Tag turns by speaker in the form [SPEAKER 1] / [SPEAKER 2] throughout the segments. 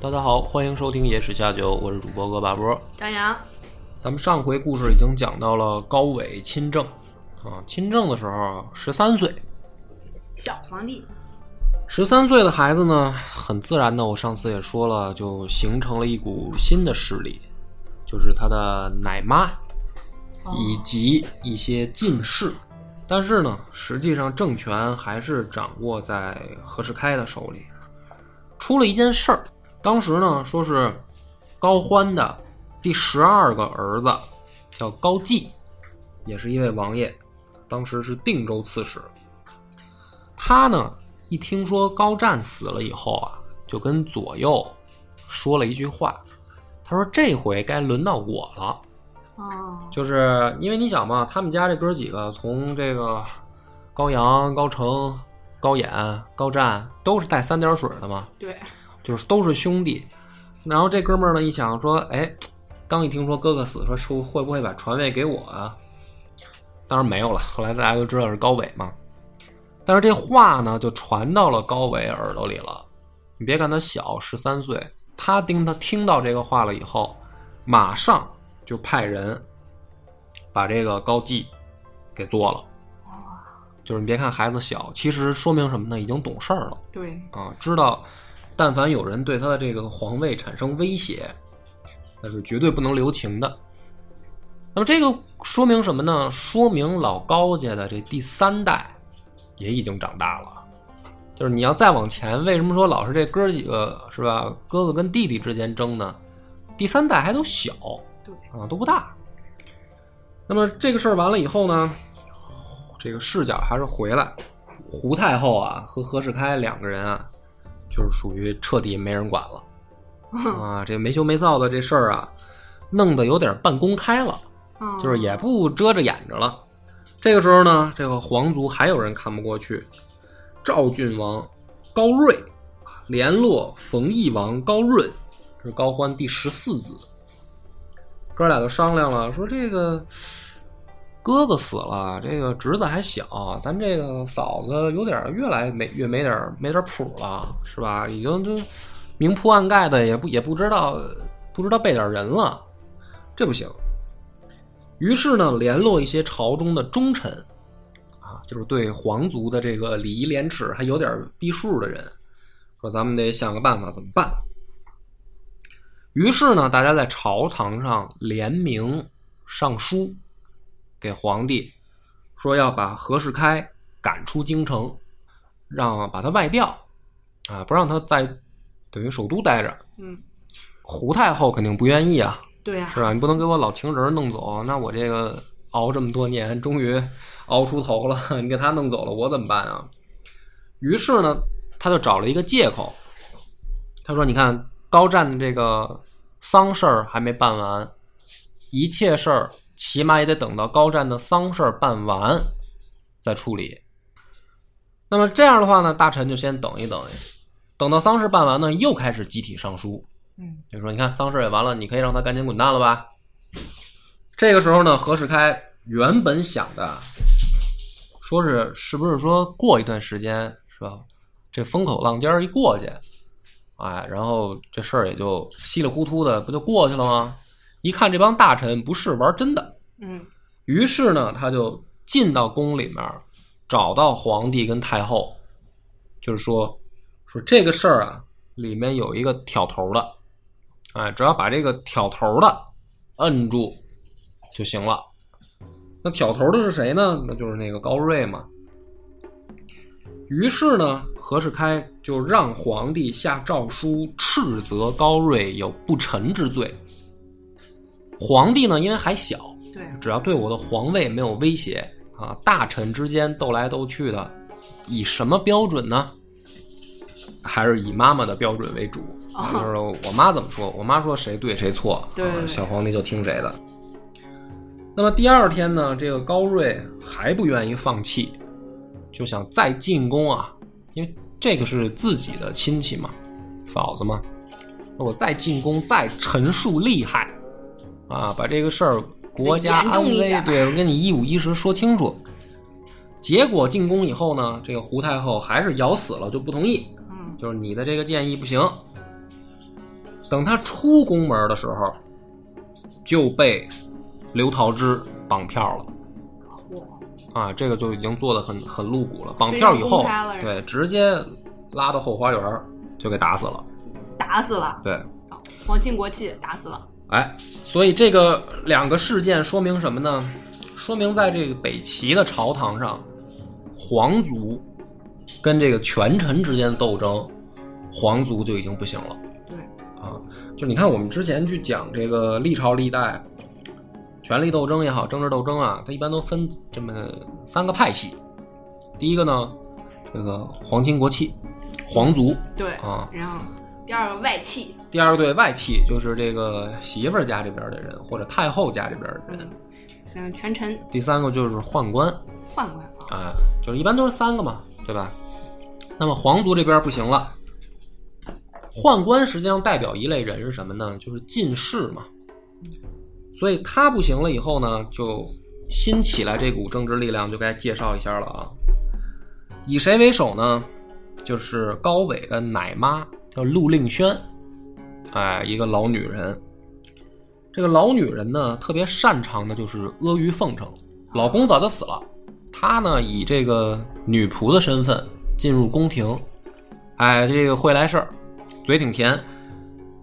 [SPEAKER 1] 大家好，欢迎收听《野史下酒》，我是主播恶霸波。
[SPEAKER 2] 张扬，
[SPEAKER 1] 咱们上回故事已经讲到了高纬亲政啊，亲政的时候啊十三岁，
[SPEAKER 2] 小皇帝，
[SPEAKER 1] 十三岁的孩子呢，很自然的，我上次也说了，就形成了一股新的势力，就是他的奶妈以及一些近侍。但是呢，实际上政权还是掌握在何世开的手里。出了一件事儿，当时呢，说是高欢的第十二个儿子叫高继，也是一位王爷，当时是定州刺史。他呢一听说高湛死了以后啊，就跟左右说了一句话，他说：“这回该轮到我了。”
[SPEAKER 2] 哦，
[SPEAKER 1] 就是因为你想嘛，他们家这哥几个从这个高阳、高成、高演、高湛都是带三点水的嘛，
[SPEAKER 2] 对，
[SPEAKER 1] 就是都是兄弟。然后这哥们儿呢一想说，哎，刚一听说哥哥死，说说会不会把传位给我啊？当然没有了，后来大家都知道是高伟嘛。但是这话呢就传到了高伟耳朵里了。你别看他小，十三岁，他听他听到这个话了以后，马上就派人把这个高继给做了。就是你别看孩子小，其实说明什么呢？已经懂事儿了。
[SPEAKER 2] 对，
[SPEAKER 1] 啊，知道，但凡有人对他的这个皇位产生威胁，那是绝对不能留情的。那么这个说明什么呢？说明老高家的这第三代也已经长大了。就是你要再往前，为什么说老是这哥几个是吧？哥哥跟弟弟之间争呢？第三代还都小，
[SPEAKER 2] 对
[SPEAKER 1] 啊，都不大。那么这个事儿完了以后呢，这个视角还是回来，胡太后啊和何世开两个人啊，就是属于彻底没人管了啊，这没羞没臊的这事儿啊，弄得有点半公开了，
[SPEAKER 2] 嗯，
[SPEAKER 1] 就是也不遮着掩着了。这个时候呢，这个皇族还有人看不过去，赵郡王高睿联络冯翊王高润，是高欢第十四子。哥俩就商量了，说这个哥哥死了，这个侄子还小，咱这个嫂子有点越来没越没点儿没点儿谱了，是吧？已经就明铺暗盖的，也不也不知道不知道背点儿人了，这不行。于是呢，联络一些朝中的忠臣，啊，就是对皇族的这个礼仪廉耻还有点儿逼数的人，说咱们得想个办法，怎么办？于是呢，大家在朝堂上联名上书，给皇帝说要把何世开赶出京城，让把他外调，啊，不让他在等于首都待着。
[SPEAKER 2] 嗯，
[SPEAKER 1] 胡太后肯定不愿意啊，
[SPEAKER 2] 对呀、
[SPEAKER 1] 是吧？你不能给我老情人弄走，那我这个熬这么多年，终于熬出头了， 你给他弄走了，我怎么办啊？于是呢，他就找了一个借口，他说：“你看高湛的这个丧事儿还没办完，一切事儿起码也得等到高湛的丧事儿办完再处理。”那么这样的话呢，大臣就先等一等，等到丧事办完呢，又开始集体上书。
[SPEAKER 2] 嗯，
[SPEAKER 1] 就说你看丧事也完了，你可以让他赶紧滚蛋了吧。这个时候呢，何世开原本想的，说是是不是说过一段时间是吧？这风口浪尖儿一过去，哎，然后这事儿也就稀里糊涂的不就过去了吗？一看这帮大臣不是玩真的，
[SPEAKER 2] 嗯，
[SPEAKER 1] 于是呢，他就进到宫里面，找到皇帝跟太后，就是说说这个事儿啊，里面有一个挑头的，哎，只要把这个挑头的摁住就行了。那挑头的是谁呢？那就是那个高睿嘛。于是呢，何世开就让皇帝下诏书斥责高睿有不臣之罪。皇帝呢，因为还小，
[SPEAKER 2] 对，啊
[SPEAKER 1] 只要对我的皇位没有威胁啊，大臣之间斗来斗去的，以什么标准呢？还是以妈妈的标准为主。啊
[SPEAKER 2] 哦，
[SPEAKER 1] 就是我妈怎么说，我妈说谁对谁错，
[SPEAKER 2] 对对
[SPEAKER 1] 啊
[SPEAKER 2] 对
[SPEAKER 1] 小皇帝就听谁的。那么第二天呢，这个高睿还不愿意放弃，就想再进宫啊，因为这个是自己的亲戚嘛，嫂子嘛，那我再进宫再陈述利害，啊，把这个事儿国家
[SPEAKER 2] 得严
[SPEAKER 1] 安
[SPEAKER 2] 重一
[SPEAKER 1] 危，
[SPEAKER 2] 点
[SPEAKER 1] 对我跟你一五一十说清楚。结果进宫以后呢，这个胡太后还是咬死了就不同意，
[SPEAKER 2] 嗯
[SPEAKER 1] 就是你的这个建议不行。等他出宫门的时候，就被刘桃芝绑票了
[SPEAKER 2] 嚯，
[SPEAKER 1] 啊！这个就已经做的很很露骨了。绑票以后
[SPEAKER 2] 被人公开了，是吧
[SPEAKER 1] 对，直接拉到后花园儿就给打死了。
[SPEAKER 2] 打死了，
[SPEAKER 1] 对，
[SPEAKER 2] 皇亲国戚打死了，
[SPEAKER 1] 哎，所以这个两个事件说明什么呢？说明在这个北齐的朝堂上，皇族跟这个权臣之间的斗争，皇族就已经不行了。
[SPEAKER 2] 对，
[SPEAKER 1] 啊，就你看我们之前去讲这个历朝历代权力斗争也好，政治斗争啊，它一般都分这么三个派系。第一个呢，这个皇亲国戚、皇族；
[SPEAKER 2] 对
[SPEAKER 1] 啊，
[SPEAKER 2] 然后第二个外戚，
[SPEAKER 1] 第二个对外戚，就是这个媳妇儿家这边的人或者太后家这边的人；
[SPEAKER 2] 嗯，三个权臣
[SPEAKER 1] 第三个就是宦官
[SPEAKER 2] 宦官啊，
[SPEAKER 1] 啊，就是一般都是三个嘛，对吧？那么皇族这边不行了，宦官实际上代表一类人是什么呢？就是进士嘛。所以他不行了以后呢，就新起来这股政治力量就该介绍一下了啊。以谁为首呢？就是高伟的奶妈叫陆令萱，哎，一个老女人。这个老女人呢，特别擅长的就是阿谀奉承。老公早就死了，她呢以这个女仆的身份进入宫廷，哎，这个会来事儿，嘴挺甜，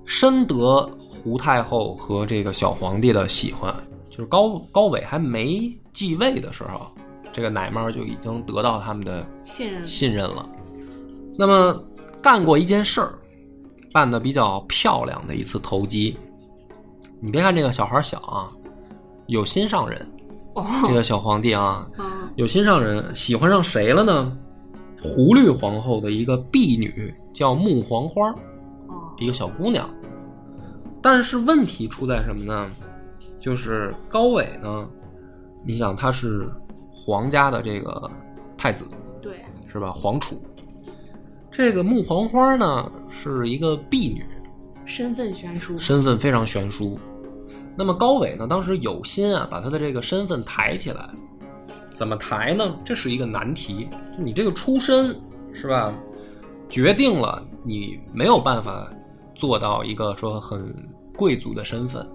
[SPEAKER 1] 深得胡太后和这个小皇帝的喜欢。就是高高伟还没继位的时候，这个奶妈就已经得到他们的
[SPEAKER 2] 信任
[SPEAKER 1] 信任了。那么干过一件事儿，办的比较漂亮的一次投机。你别看这个小孩儿小啊，有心上人，这
[SPEAKER 2] 哦，
[SPEAKER 1] 个小皇帝啊，
[SPEAKER 2] 嗯，
[SPEAKER 1] 有心上人，喜欢上谁了呢？胡律皇后的一个婢女叫穆黄花儿，
[SPEAKER 2] 哦，
[SPEAKER 1] 一个小姑娘。但是问题出在什么呢？就是高伟呢，你想他是皇家的这个太子，
[SPEAKER 2] 对，
[SPEAKER 1] 是吧？皇储。这个穆黄花呢是一个婢女，
[SPEAKER 2] 身份悬殊，
[SPEAKER 1] 嗯身份非常悬殊。那么高伟呢，当时有心啊，把他的这个身份抬起来，怎么抬呢？这是一个难题。就你这个出身是吧，决定了你没有办法做到一个说很贵族的身份。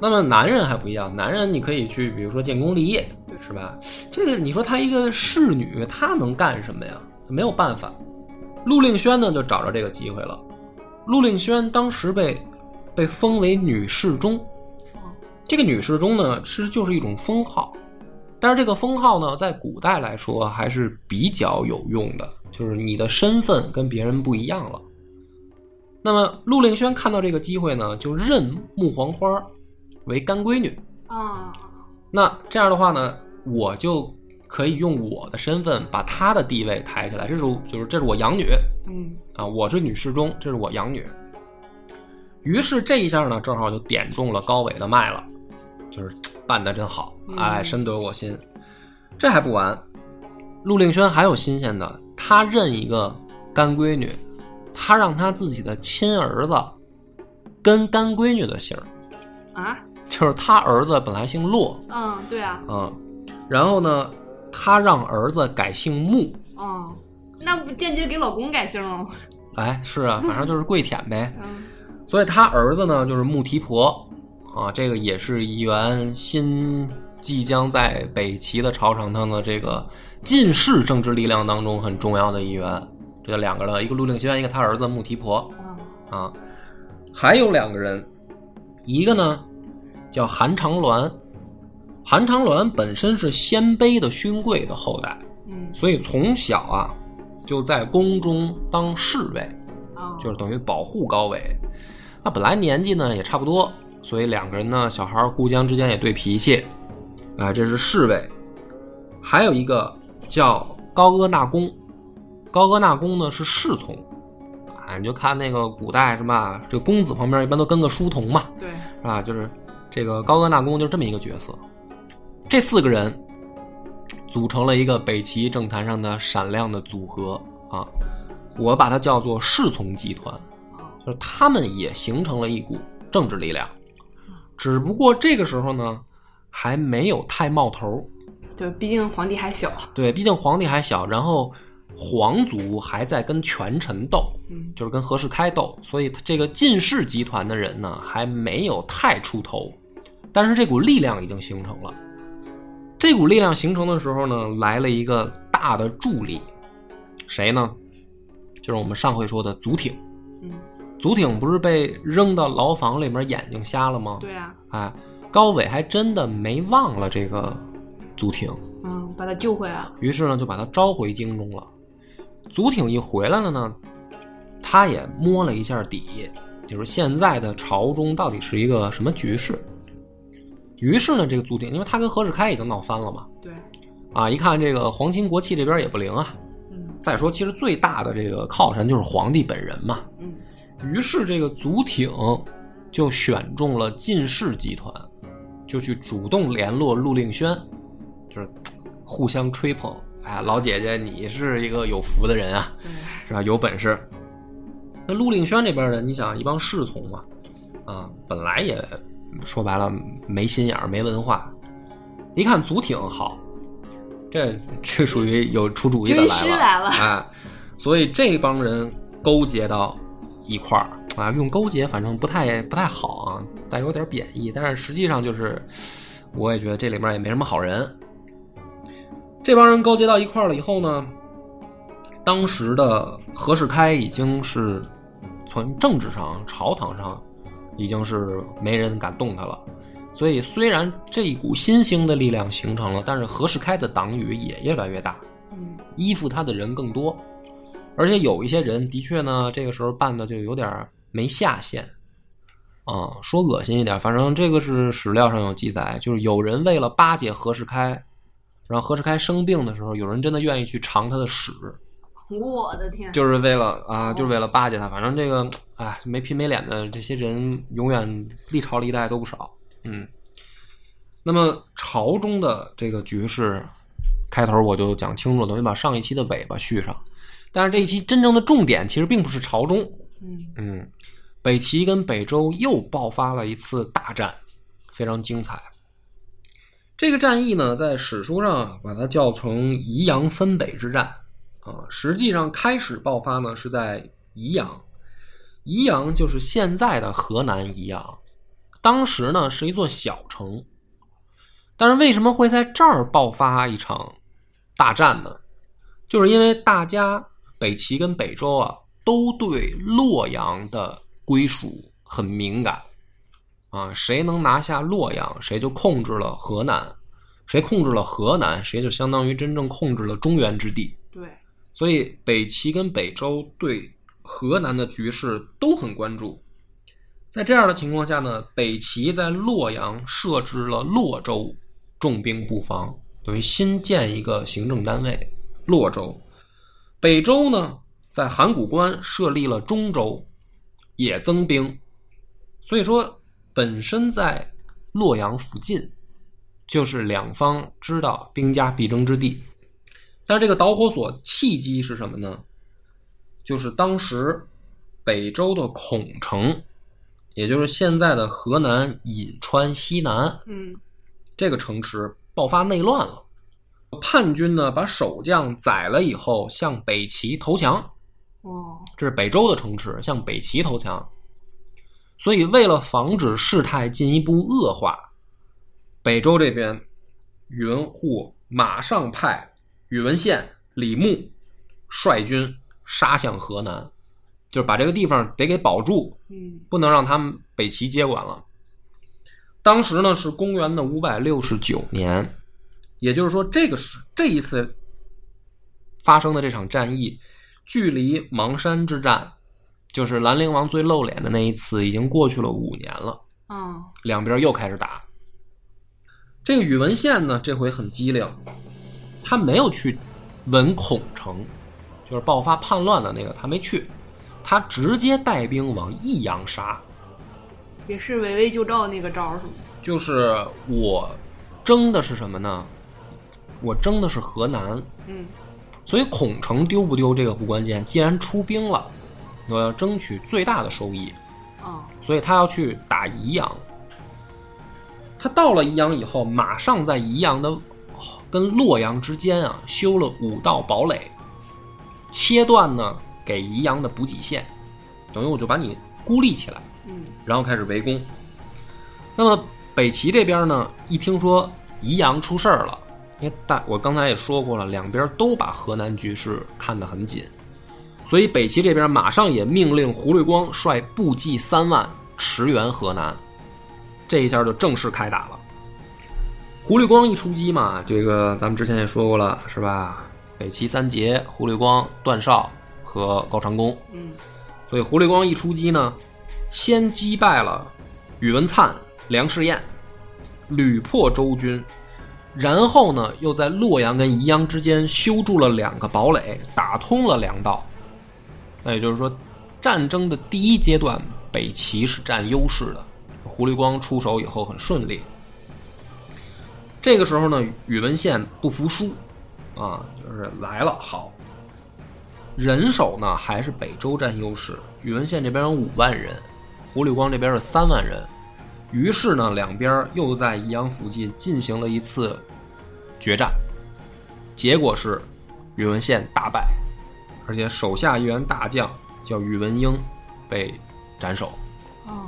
[SPEAKER 1] 那么男人还不一样，男人你可以去，比如说建功立业，是吧？这个你说她一个侍女，她能干什么呀？没有办法。陆令萱呢，就找着这个机会了。陆令萱当时被被封为女侍中，
[SPEAKER 2] 哦
[SPEAKER 1] 这个女侍中呢，其实就是一种封号，但是这个封号呢，在古代来说还是比较有用的，就是你的身份跟别人不一样了。那么陆令萱看到这个机会呢，就认穆黄花儿为干闺女。
[SPEAKER 2] 啊，
[SPEAKER 1] 那这样的话呢，我就可以用我的身份把她的地位抬起来，这是我就是这是我养女
[SPEAKER 2] 嗯，
[SPEAKER 1] 啊，我是女侍中，这是我养女。于是这一下呢，正好就点中了高伟的脉了，就是办得真好，哎，
[SPEAKER 2] 嗯
[SPEAKER 1] 深得我心。这还不完，陆令轩还有新鲜的，他认一个干闺女，他让他自己的亲儿子跟干闺女的姓儿，
[SPEAKER 2] 啊，
[SPEAKER 1] 就是他儿子本来姓骆，
[SPEAKER 2] 嗯，对啊，
[SPEAKER 1] 啊，然后呢，他让儿子改姓穆，
[SPEAKER 2] 嗯，那不间接给老公改姓了吗？
[SPEAKER 1] 哎，是啊，反正就是跪舔呗。
[SPEAKER 2] 嗯，
[SPEAKER 1] 所以他儿子呢，就是穆提婆，啊，这个也是一员新即将在北齐的朝堂上的这个进士政治力量当中很重要的一员。这两个了，一个陆令轩，一个他儿子穆提婆
[SPEAKER 2] 嗯，
[SPEAKER 1] 啊，还有两个人，一个呢叫韩长鸾，韩长鸾本身是鲜卑的勋贵的后代。
[SPEAKER 2] 嗯，
[SPEAKER 1] 所以从小啊就在宫中当侍卫，
[SPEAKER 2] 啊，
[SPEAKER 1] 就是等于保护高伟。那本来年纪呢也差不多，所以两个人呢小孩儿互相之间也对脾气。啊，这是侍卫，还有一个叫高阿那公，高阿那公呢是侍从，啊，你就看那个古代什么啊，这个公子旁边一般都跟个书童嘛，
[SPEAKER 2] 对，
[SPEAKER 1] 啊，就是这个高歌纳公就是这么一个角色。这四个人组成了一个北齐政坛上的闪亮的组合啊，我把它叫做侍从集团，就是他们也形成了一股政治力量，只不过这个时候呢还没有太冒头儿，
[SPEAKER 2] 对，毕竟皇帝还小，
[SPEAKER 1] 对，毕竟皇帝还小，然后皇族还在跟权臣斗，
[SPEAKER 2] 嗯，
[SPEAKER 1] 就是跟何世开斗，所以他这个进士集团的人呢还没有太出头，但是这股力量已经形成了。这股力量形成的时候呢，来了一个大的助力，谁呢？就是我们上回说的祖挺。
[SPEAKER 2] 嗯，
[SPEAKER 1] 祖挺不是被扔到牢房里面，眼睛瞎了吗？
[SPEAKER 2] 对啊，
[SPEAKER 1] 哎，高伟还真的没忘了这个祖挺，
[SPEAKER 2] 嗯，把他救回来了，
[SPEAKER 1] 于是呢就把他召回京中了。祖挺一回来了呢，他也摸了一下底，就是现在的朝中到底是一个什么局势。于是呢，这个祖挺，因为他跟何世开已经闹翻了嘛，
[SPEAKER 2] 对，
[SPEAKER 1] 啊，一看这个皇亲国戚这边也不灵啊。
[SPEAKER 2] 嗯
[SPEAKER 1] 再说，其实最大的这个靠山就是皇帝本人嘛。
[SPEAKER 2] 嗯，
[SPEAKER 1] 于是这个祖挺就选中了进士集团，就去主动联络陆令轩，就是互相吹捧。哎，老姐姐，你是一个有福的人啊，
[SPEAKER 2] 对，
[SPEAKER 1] 是吧？有本事。那陆令轩这边呢，你想一帮侍从嘛，啊，本来也说白了没心眼儿、没文化。一看祖挺好，这这属于有出主意的
[SPEAKER 2] 军
[SPEAKER 1] 来
[SPEAKER 2] 师
[SPEAKER 1] 了，
[SPEAKER 2] 来了
[SPEAKER 1] 哎，所以这帮人勾结到一块儿啊，用勾结反正不太不太好啊，带有点贬义，但是实际上就是，我也觉得这里面也没什么好人。这帮人勾结到一块儿了以后呢，当时的何世开已经是从政治上、朝堂上已经是没人敢动他了。所以，虽然这一股新兴的力量形成了，但是何世开的党羽也越来越大，
[SPEAKER 2] 嗯
[SPEAKER 1] 依附他的人更多，而且有一些人的确呢，这个时候办的就有点儿没下限，啊、说恶心一点，反正这个是史料上有记载，就是有人为了巴结何世开，然后何世开生病的时候，有人真的愿意去尝他的屎，
[SPEAKER 2] 我的天，
[SPEAKER 1] 就是为了啊，就是为了巴结他。反正这个，哎，没皮没脸的这些人，永远历朝历代都不少。嗯，那么朝中的这个局势，开头我就讲清楚了，等于把上一期的尾巴续上。但是这一期真正的重点其实并不是朝中，
[SPEAKER 2] 嗯
[SPEAKER 1] 嗯，北齐跟北周又爆发了一次大战，非常精彩。这个战役呢，在史书上啊把它叫成宜阳分北之战啊。实际上，开始爆发呢是在宜阳，宜阳就是现在的河南宜阳。当时呢是一座小城，但是为什么会在这儿爆发一场大战呢？就是因为大家北齐跟北周啊，都对洛阳的归属很敏感啊，谁能拿下洛阳，谁就控制了河南，谁控制了河南，谁就相当于真正控制了中原之地。
[SPEAKER 2] 对，
[SPEAKER 1] 所以北齐跟北周对河南的局势都很关注。在这样的情况下呢，北齐在洛阳设置了洛州重兵布防，等于新建一个行政单位洛州。北周呢，在函谷关设立了中州，也增兵。所以说，本身在洛阳附近，就是两方知道兵家必争之地。但是这个导火索契机是什么呢？就是当时北周的孔城，也就是现在的河南颍川西南
[SPEAKER 2] 嗯
[SPEAKER 1] 这个城池爆发内乱了，叛军呢把守将宰了以后向北齐投降，
[SPEAKER 2] 哦，
[SPEAKER 1] 这是北周的城池向北齐投降。所以为了防止事态进一步恶化，北周这边云护马上派宇文宪、李牧率军杀向河南，就是把这个地方得给保住，
[SPEAKER 2] 嗯
[SPEAKER 1] 不能让他们北齐接管了。当时呢是公元的五百六十九年，也就是说，这个是这一次发生的这场战役，距离邙山之战，就是兰陵王最露脸的那一次，已经过去了五年了。
[SPEAKER 2] 啊，
[SPEAKER 1] 两边又开始打。这个宇文宪呢，这回很机灵，他没有去闻孔城，就是爆发叛乱的那个，他没去，他直接带兵往益阳杀，
[SPEAKER 2] 也是围魏救赵那个招儿是吗？
[SPEAKER 1] 就是我争的是什么呢？我争的是河南，
[SPEAKER 2] 嗯，
[SPEAKER 1] 所以孔城丢不丢这个不关键，既然出兵了，我要争取最大的收益，
[SPEAKER 2] 啊，
[SPEAKER 1] 所以他要去打宜阳。他到了宜阳以后，马上在宜阳的跟洛阳之间啊修了五道堡垒，切断呢给宜阳的补给线，等于我就把你孤立起来。
[SPEAKER 2] 嗯，
[SPEAKER 1] 然后开始围攻。那么北齐这边呢，一听说宜阳出事儿了，因为大我刚才也说过了，两边都把河南局势看得很紧，所以北齐这边马上也命令胡律光率部骑三万驰援河南，这一下就正式开打了。胡律光一出击嘛，这个咱们之前也说过了，是吧？北齐三杰：胡律光、段少和高长恭。
[SPEAKER 2] 嗯，
[SPEAKER 1] 所以胡律光一出击呢，先击败了宇文灿、梁士彦，屡破周军，然后呢又在洛阳跟宜阳之间修筑了两个堡垒，打通了粮道。那也就是说，战争的第一阶段，北齐是占优势的。胡律光出手以后很顺利。这个时候呢，宇文宪不服输，啊，就是来了好，人手呢还是北周占优势，宇文宪这边有五万人，胡律光这边是三万人，于是呢两边又在宜阳附近进行了一次决战，结果是宇文宪大败，而且手下一员大将叫宇文英被斩首，
[SPEAKER 2] 哦，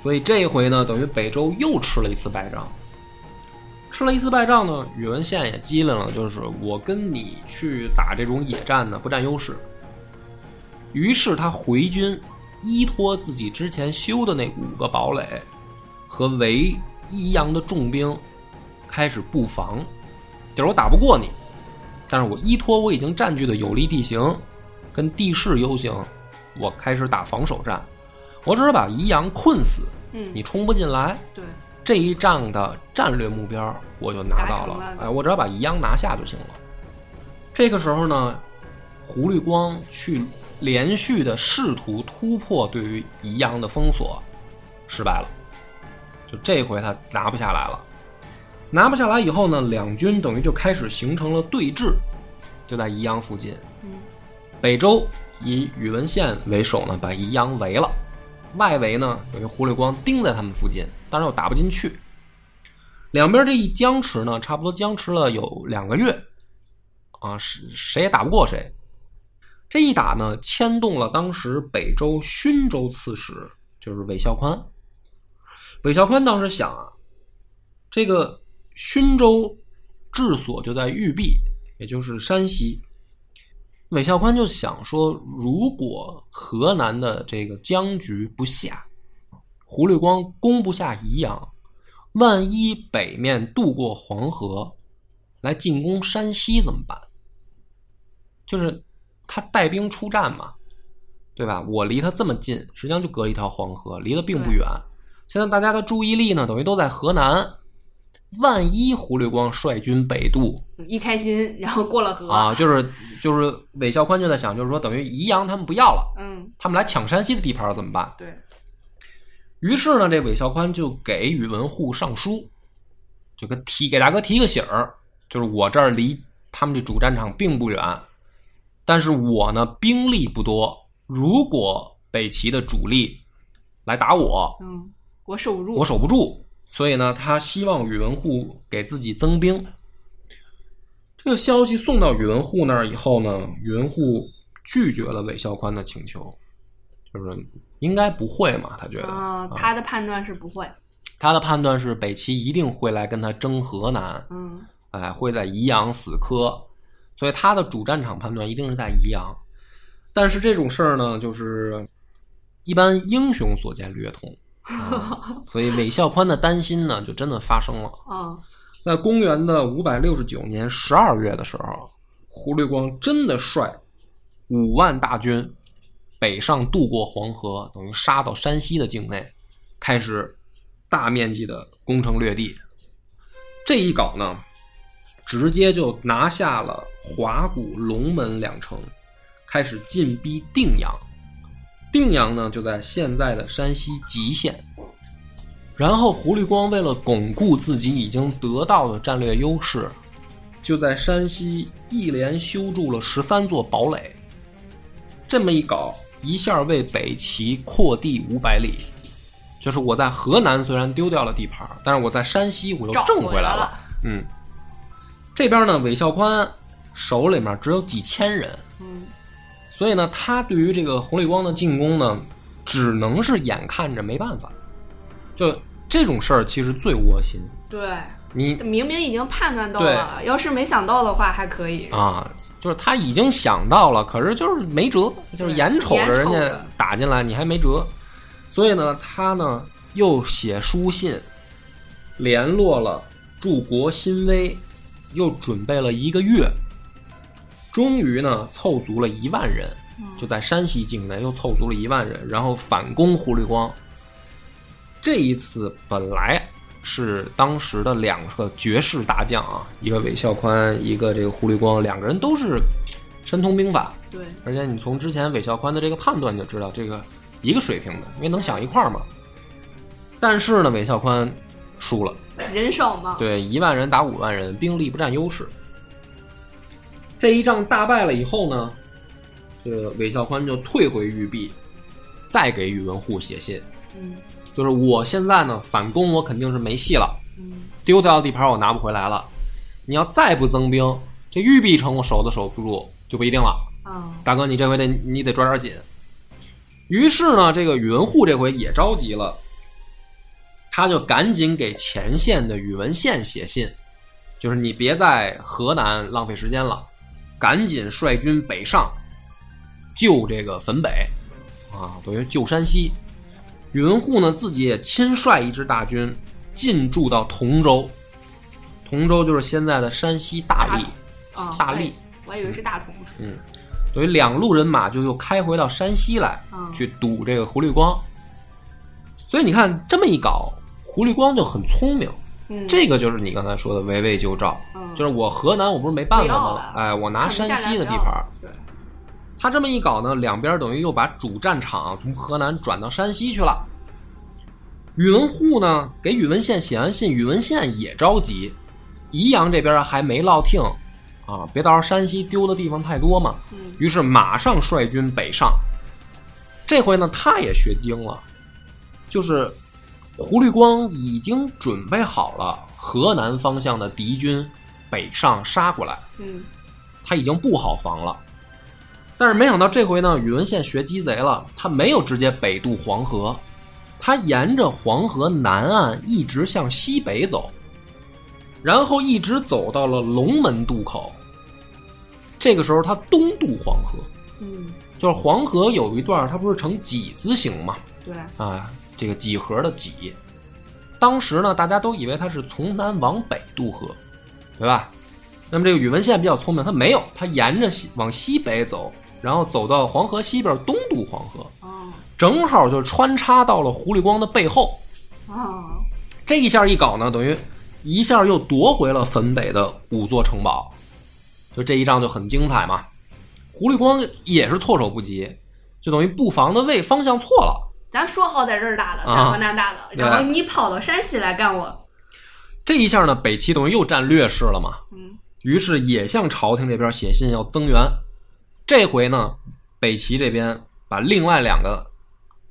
[SPEAKER 1] 所以这一回呢等于北周又吃了一次败仗。吃了一次败仗呢，宇文宪也机灵了，就是我跟你去打这种野战呢，不占优势，于是他回军，依托自己之前修的那五个堡垒和围宜阳的重兵，开始布防。就是我打不过你，但是我依托我已经占据的有利地形跟地势优形，我开始打防守战。我只是把宜阳困死，
[SPEAKER 2] 嗯，
[SPEAKER 1] 你冲不进来。
[SPEAKER 2] 对，
[SPEAKER 1] 这一仗的战略目标我就拿到
[SPEAKER 2] 达
[SPEAKER 1] 了
[SPEAKER 2] 成，了
[SPEAKER 1] 哎，我只要把宜阳拿下就行了。这个时候呢，胡律光去连续的试图突破对于宜阳的封锁，失败了。就这回他拿不下来了，拿不下来以后呢，两军等于就开始形成了对峙，就在宜阳附近。
[SPEAKER 2] 嗯
[SPEAKER 1] 北周以宇文宪为首呢，把宜阳围了。外围呢有一个胡律光盯在他们附近，但是又打不进去。两边这一僵持呢，差不多僵持了有两个月，啊，谁谁也打不过谁。这一打呢，牵动了当时北周勋州刺史，就是韦孝宽。韦孝宽当时想啊，这个勋州治所就在玉璧，也就是山西。韦孝宽就想说，如果河南的这个僵局不下，胡律光攻不下宜阳，万一北面渡过黄河来进攻山西怎么办？就是他带兵出战嘛，对吧？我离他这么近，实际上就隔一条黄河，离得并不远。现在大家的注意力呢，等于都在河南。万一胡律光率军北渡，
[SPEAKER 2] 一开心，然后过了河，
[SPEAKER 1] 啊，就是就是韦孝宽就在想，就是说等于宜阳他们不要了，
[SPEAKER 2] 嗯，
[SPEAKER 1] 他们来抢山西的地盘儿怎么办？
[SPEAKER 2] 对，
[SPEAKER 1] 于是呢，这韦孝宽就给宇文护上书，就跟提给大哥提个醒儿，就是我这儿离他们这主战场并不远，但是我呢兵力不多，如果北齐的主力来打我，
[SPEAKER 2] 嗯，我守不住，
[SPEAKER 1] 我守不住，所以呢，他希望宇文护给自己增兵。这个消息送到宇文护那儿以后呢，宇文护拒绝了韦孝宽的请求，就是应该不会嘛，他觉得嗯
[SPEAKER 2] 啊，他的判断是不会，
[SPEAKER 1] 他的判断是北齐一定会来跟他争河南，
[SPEAKER 2] 嗯
[SPEAKER 1] 哎，会在宜阳死磕，所以他的主战场判断一定是在宜阳。但是这种事儿呢，就是一般英雄所见略同，啊 所以韦孝宽的担心呢，就真的发生了。
[SPEAKER 2] 啊，
[SPEAKER 1] 在公元的五百六十九年十二月的时候，胡律光真的率五万大军北上渡过黄河，等于杀到山西的境内，开始大面积的攻城略地。这一搞呢，直接就拿下了华谷、龙门两城，开始进逼定阳。定阳呢就在现在的山西吉县。然后胡律光为了巩固自己已经得到的战略优势，就在山西一连修筑了十三座堡垒。这么一搞，一下为北齐扩地五百里。就是我在河南虽然丢掉了地盘，但是我在山西我又
[SPEAKER 2] 找
[SPEAKER 1] 挣
[SPEAKER 2] 回
[SPEAKER 1] 回来
[SPEAKER 2] 来
[SPEAKER 1] 了
[SPEAKER 2] 了。
[SPEAKER 1] 嗯，这边呢，韦孝宽手里面只有几千人，
[SPEAKER 2] 嗯，
[SPEAKER 1] 所以呢，他对于这个红绿光的进攻呢，只能是眼看着没办法。就这种事儿，其实最窝心。
[SPEAKER 2] 对，
[SPEAKER 1] 你
[SPEAKER 2] 明明已经判断到
[SPEAKER 1] 对
[SPEAKER 2] 了，要是没想到的话还可以。
[SPEAKER 1] 啊，就是他已经想到了，可是就是没辙，就是眼瞅着人
[SPEAKER 2] 眼瞅
[SPEAKER 1] 家
[SPEAKER 2] 着
[SPEAKER 1] 打进来，你还没辙。所以呢，他呢又写书信，联络了柱国新威，又准备了一个月，终于呢凑足了一万人，
[SPEAKER 2] 嗯
[SPEAKER 1] 就在山西境内又凑足了一万人，然后反攻胡律光。这一次本来是当时的两个绝世大将啊，一个韦孝宽，一个这个胡律光，两个人都是深通兵法，
[SPEAKER 2] 对，
[SPEAKER 1] 而且你从之前韦孝宽的这个判断就知道，这个一个水平的，因为能想一块儿嘛。但是呢，韦孝宽输了，
[SPEAKER 2] 人少嘛，
[SPEAKER 1] 对，一万人打五万人，兵力不占优势。这一仗大败了以后呢，这个韦孝宽就退回玉璧，再给宇文护写信，
[SPEAKER 2] 嗯
[SPEAKER 1] 就是我现在呢反攻，我肯定是没戏了，
[SPEAKER 2] 嗯，
[SPEAKER 1] 丢掉的地盘我拿不回来了。你要再不增兵，这玉璧城我守都守不住，就不一定了。
[SPEAKER 2] 啊，
[SPEAKER 1] 大哥，你这回得你得抓点紧。于是呢，这个宇文护这回也着急了，他就赶紧给前线的宇文宪写信，就是你别在河南浪费时间了，赶紧率军北上，救这个汾北，啊，等于救山西。宇文护呢自己也亲率一支大军进驻到同州，同州就是现在的山西大
[SPEAKER 2] 大
[SPEAKER 1] 荔
[SPEAKER 2] 荔。啊，
[SPEAKER 1] 大
[SPEAKER 2] 我
[SPEAKER 1] 力
[SPEAKER 2] 以我以为是大同，
[SPEAKER 1] 嗯，所以两路人马就又开回到山西来，
[SPEAKER 2] 嗯
[SPEAKER 1] 去堵这个胡律光。所以你看这么一搞，胡律光就很聪明，
[SPEAKER 2] 嗯，
[SPEAKER 1] 这个就是你刚才说的围魏救赵，
[SPEAKER 2] 嗯
[SPEAKER 1] 就是我河南我不是没办法
[SPEAKER 2] 不要
[SPEAKER 1] 吗
[SPEAKER 2] 了？
[SPEAKER 1] 哎，我拿
[SPEAKER 2] 砍不
[SPEAKER 1] 山
[SPEAKER 2] 下
[SPEAKER 1] 西
[SPEAKER 2] 来
[SPEAKER 1] 的
[SPEAKER 2] 不
[SPEAKER 1] 地
[SPEAKER 2] 要
[SPEAKER 1] 盘儿
[SPEAKER 2] 了，对，
[SPEAKER 1] 他这么一搞呢，两边等于又把主战场从河南转到山西去了。宇文护呢，给宇文宪写完信，宇文宪也着急，宜阳这边还没落听啊，别到时候山西丢的地方太多嘛。
[SPEAKER 2] 嗯
[SPEAKER 1] 于是马上率军北上。这回呢，他也学精了，就是胡律光已经准备好了河南方向的敌军北上杀过来。
[SPEAKER 2] 嗯，
[SPEAKER 1] 他已经不好防了。但是没想到这回呢，宇文宪学鸡贼了，他没有直接北渡黄河，他沿着黄河南岸一直向西北走，然后一直走到了龙门渡口。这个时候他东渡黄河，
[SPEAKER 2] 嗯，
[SPEAKER 1] 就是黄河有一段它不是呈几字形吗？
[SPEAKER 2] 对，
[SPEAKER 1] 啊，这个几何的几。当时呢，大家都以为它是从南往北渡河，对吧？那么这个宇文宪比较聪明，他没有，他沿着西往西北走，然后走到黄河西边东渡黄河，
[SPEAKER 2] 哦
[SPEAKER 1] 正好就穿插到了胡律光的背后。
[SPEAKER 2] 哦，
[SPEAKER 1] 这一下一搞呢，等于一下又夺回了汾北的五座城堡，就这一仗就很精彩嘛。胡律光也是措手不及，就等于布防的位方向错了。
[SPEAKER 2] 咱说好在这儿打了，
[SPEAKER 1] 啊
[SPEAKER 2] 在河南打了，
[SPEAKER 1] 对
[SPEAKER 2] 然后你跑到山西来干我，
[SPEAKER 1] 这一下呢，北齐等于又占劣势了嘛，
[SPEAKER 2] 嗯
[SPEAKER 1] 于是也向朝廷这边写信要增援。这回呢，北齐这边把另外两个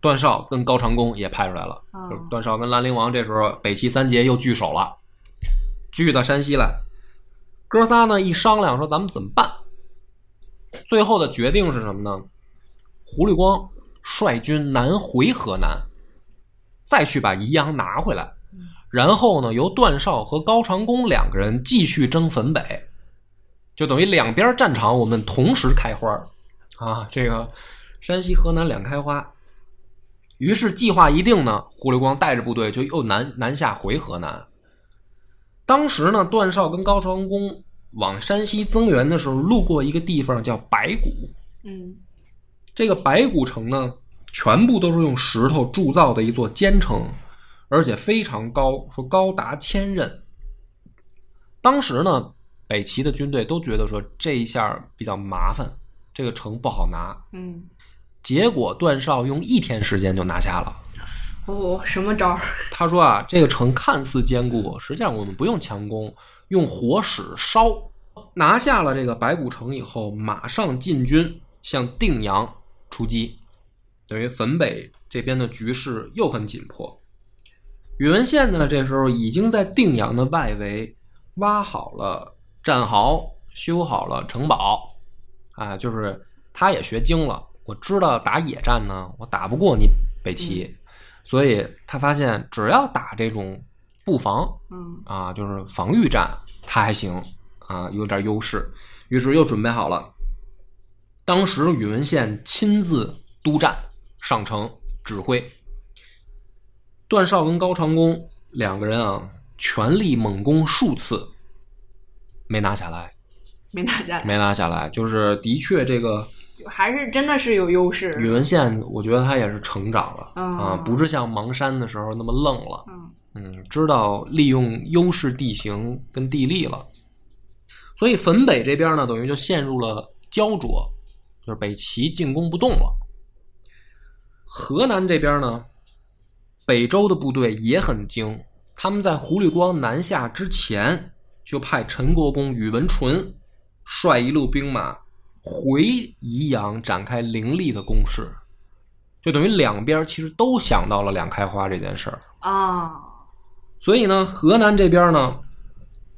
[SPEAKER 1] 段少跟高长恭也派出来了，
[SPEAKER 2] 哦
[SPEAKER 1] 就是段少跟兰陵王这时候北齐三杰又聚首了，聚到山西来。哥仨呢一商量说咱们怎么办，最后的决定是什么呢？胡律光率军南回河南，再去把宜阳拿回来。然后呢，由段少和高长恭两个人继续征汾北，就等于两边战场我们同时开花儿啊，这个山西、河南两开花。于是计划一定呢，胡律光带着部队就又南南下回河南。当时呢，段少跟高长恭往山西增援的时候，路过一个地方叫白谷，
[SPEAKER 2] 嗯
[SPEAKER 1] 这个白骨城呢，全部都是用石头铸造的一座坚城，而且非常高，说高达千仞。当时呢，北齐的军队都觉得说这一下比较麻烦，这个城不好拿，
[SPEAKER 2] 嗯
[SPEAKER 1] 结果段少用一天时间就拿下了。
[SPEAKER 2] 哦，什么招儿？
[SPEAKER 1] 他说啊，这个城看似坚固，实际上我们不用强攻，用火矢烧。拿下了这个白骨城以后，马上进军向定阳出击，等于汾北这边的局势又很紧迫。宇文宪呢，这时候已经在定阳的外围挖好了战壕，修好了城堡，啊，就是他也学精了，我知道打野战呢，我打不过你北齐，所以他发现只要打这种布防
[SPEAKER 2] 嗯
[SPEAKER 1] 啊，就是防御战，他还行啊，有点优势，于是又准备好了。当时宇文宪亲自督战上城指挥，段少跟高长恭两个人啊，全力猛攻数次，没拿下来，
[SPEAKER 2] 没打下来，
[SPEAKER 1] 没拿下来，就是的确这个
[SPEAKER 2] 还是真的是有优势。
[SPEAKER 1] 宇文宪，我觉得他也是成长了、
[SPEAKER 2] 嗯
[SPEAKER 1] 啊，不是像邙山的时候那么愣了，
[SPEAKER 2] 嗯
[SPEAKER 1] 嗯，知道利用优势地形跟地利了。所以汾北这边呢，等于就陷入了焦灼，就是北齐进攻不动了。河南这边呢，北周的部队也很精，他们在胡律光南下之前，就派陈国公宇文纯率一路兵马回宜阳展开凌厉的攻势，就等于两边其实都想到了两开花这件事儿。
[SPEAKER 2] 啊，
[SPEAKER 1] 所以呢，河南这边呢，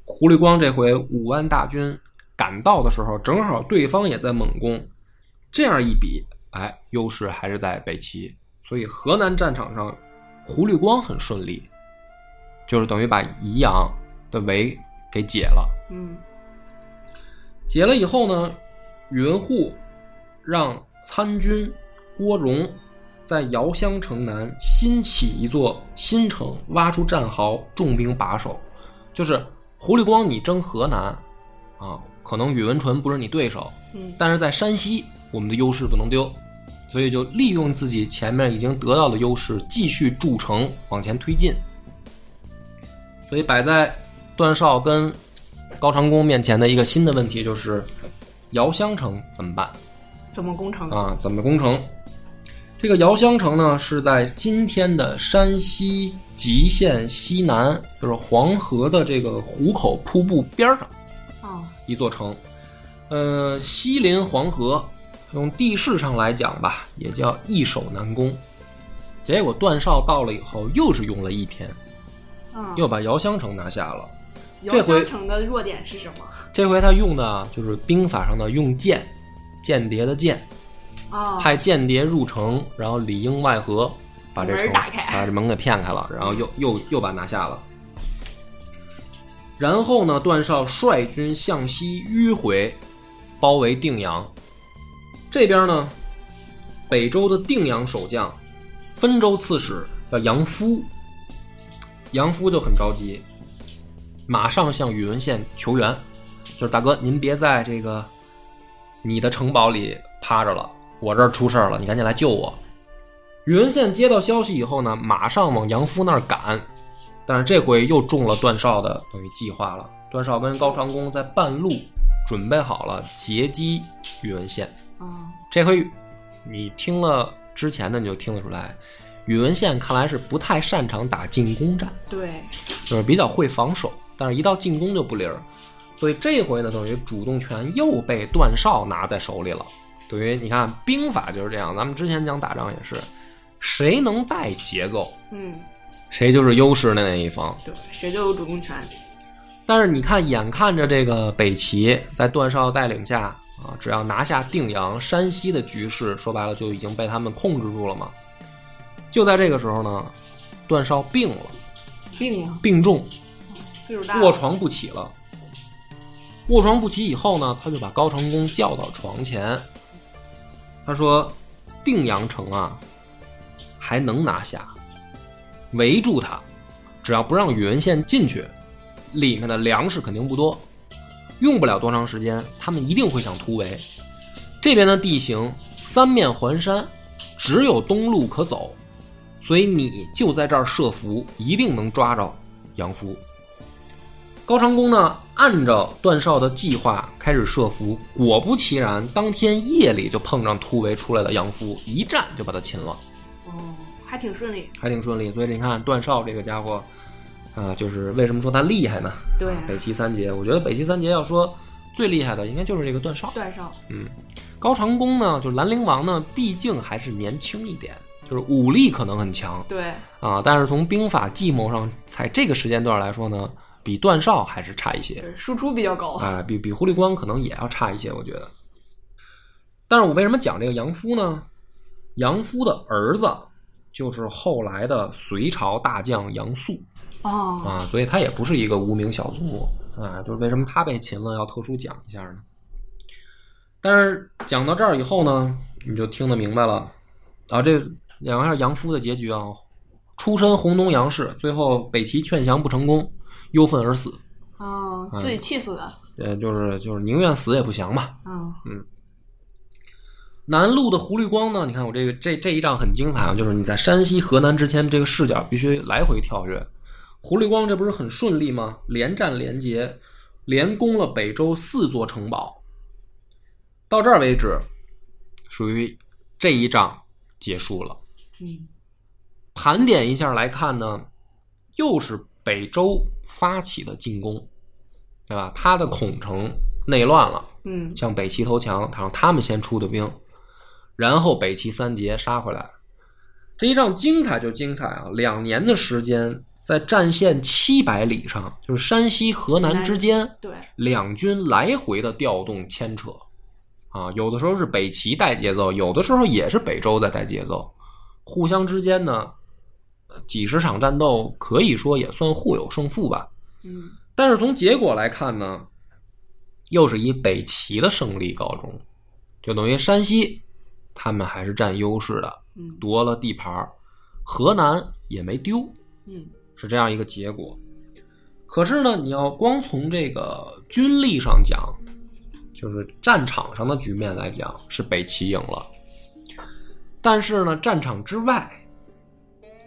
[SPEAKER 1] 胡律光这回五万大军赶到的时候，正好对方也在猛攻，这样一比，哎，优势还是在北齐。所以河南战场上，胡律光很顺利，就是等于把宜阳的围给解了。
[SPEAKER 2] 嗯
[SPEAKER 1] 解了以后呢，宇文护让参军郭荣在遥乡城南新起一座新城，挖出战壕，重兵把守。就是胡律光，你征河南啊，可能宇文纯不是你对手，
[SPEAKER 2] 嗯
[SPEAKER 1] 但是在山西，我们的优势不能丢，所以就利用自己前面已经得到的优势，继续筑城往前推进。所以摆在段少跟高长恭面前的一个新的问题就是，遥襄城怎么办
[SPEAKER 2] 怎么攻城？
[SPEAKER 1] 啊？怎么攻城？这个遥襄城呢，是在今天的山西吉县西南，就是黄河的这个壶口瀑布边儿上。
[SPEAKER 2] 哦，
[SPEAKER 1] 一座城，呃，西临黄河，用地势上来讲吧，也叫易守难攻。结果段少到了以后，又是用了一天，
[SPEAKER 2] 嗯，
[SPEAKER 1] 又把遥襄城拿下了。
[SPEAKER 2] 遥
[SPEAKER 1] 这回
[SPEAKER 2] 襄城的弱点是什么？
[SPEAKER 1] 这回他用的就是兵法上的用间，间谍的间，
[SPEAKER 2] 哦，
[SPEAKER 1] 派间谍入城，然后里应外合，把这
[SPEAKER 2] 门
[SPEAKER 1] 城
[SPEAKER 2] 打开
[SPEAKER 1] 把这门给骗开了，然后又又又把拿下了。然后呢，段少率军向西迂回，包围定阳。这边呢，北周的定阳守将，分州刺史叫杨夫，杨夫就很着急，马上向宇文宪求援，就是大哥，您别在这个你的城堡里趴着了，我这儿出事儿了，你赶紧来救我。宇文宪接到消息以后呢，马上往杨夫那儿赶，但是这回又中了段少的等于计划了。段少跟高长恭在半路准备好了截击宇文宪。
[SPEAKER 2] 嗯
[SPEAKER 1] 这回你听了之前的，你就听得出来，宇文宪看来是不太擅长打进攻战，
[SPEAKER 2] 对，
[SPEAKER 1] 就是比较会防守，但是一到进攻就不灵儿。所以这回呢，等于主动权又被段少拿在手里了。等于你看，兵法就是这样，咱们之前讲打仗也是，谁能带节奏，
[SPEAKER 2] 嗯
[SPEAKER 1] 谁就是优势的那一方。
[SPEAKER 2] 对，谁就有主动权。
[SPEAKER 1] 但是你看，眼看着这个北齐在段少带领下啊，只要拿下定阳，山西的局势说白了就已经被他们控制住了嘛。就在这个时候呢，段少病了，
[SPEAKER 2] 病了，
[SPEAKER 1] 病重，
[SPEAKER 2] 岁数大
[SPEAKER 1] 卧
[SPEAKER 2] 了，
[SPEAKER 1] 床不起了。卧床不起以后呢，他就把高长恭叫到床前，他说：“定阳城啊，还能拿下，围住他，只要不让宇文宪进去，里面的粮食肯定不多，用不了多长时间，他们一定会想突围。这边的地形三面环山，只有东路可走，所以你就在这儿设伏，一定能抓着杨夫。”高长恭呢，按照段少的计划开始设伏，果不其然，当天夜里就碰上突围出来的杨夫，一战就把他擒了，
[SPEAKER 2] 哦，还挺顺利。
[SPEAKER 1] 还挺顺利。所以你看段少这个家伙，啊、就是为什么说他厉害呢？
[SPEAKER 2] 对啊，
[SPEAKER 1] 北齐三杰，我觉得北齐三杰要说最厉害的，应该就是这个段少。
[SPEAKER 2] 段少，
[SPEAKER 1] 高长恭呢，就兰陵王呢，毕竟还是年轻一点，就是武力可能很强
[SPEAKER 2] 对，
[SPEAKER 1] 啊，但是从兵法计谋上，在这个时间段来说呢，比段少还是差一些。
[SPEAKER 2] 就是输出比较高。
[SPEAKER 1] 啊，比比狐狸光可能也要差一些，我觉得。但是我为什么讲这个杨夫呢？杨夫的儿子就是后来的隋朝大将杨素
[SPEAKER 2] 哦，
[SPEAKER 1] 啊，所以他也不是一个无名小卒啊。就是为什么他被擒了，要特殊讲一下呢？但是讲到这儿以后呢，你就听得明白了啊。这讲一下杨夫的结局啊，出身红东杨氏，最后北齐劝降不成功，忧愤而死。
[SPEAKER 2] 哦，
[SPEAKER 1] 嗯
[SPEAKER 2] 自己气死的。
[SPEAKER 1] 呃，就是就是宁愿死也不降吧。
[SPEAKER 2] 嗯，
[SPEAKER 1] 南路的胡绿光呢？你看我这个这这一仗很精彩啊，就是你在山西、河南之前，这个视角必须来回跳跃。胡绿光这不是很顺利吗？连战连捷，连攻了北周四座城堡。到这儿为止，属于这一仗结束了。
[SPEAKER 2] 嗯，
[SPEAKER 1] 盘点一下来看呢，又是北周发起的进攻，对吧？他的孔城内乱了。
[SPEAKER 2] 嗯，
[SPEAKER 1] 向北齐投降，然后他们先出的兵，然后北齐三杰杀回来。这一仗精彩就精彩啊！两年的时间，在战线七百里上，就是山西、河南之间，
[SPEAKER 2] 对，
[SPEAKER 1] 两军来回的调动牵扯啊，有的时候是北齐带节奏，有的时候也是北周在带节奏，互相之间呢，呃几十场战斗可以说也算互有胜负吧。
[SPEAKER 2] 嗯，
[SPEAKER 1] 但是从结果来看呢，又是以北齐的胜利告终，就等于山西他们还是占优势的，
[SPEAKER 2] 嗯，
[SPEAKER 1] 夺了地盘儿，河南也没丢，
[SPEAKER 2] 嗯，
[SPEAKER 1] 是这样一个结果。可是呢，你要光从这个军力上讲，就是战场上的局面来讲，是北齐赢了。但是呢，战场之外，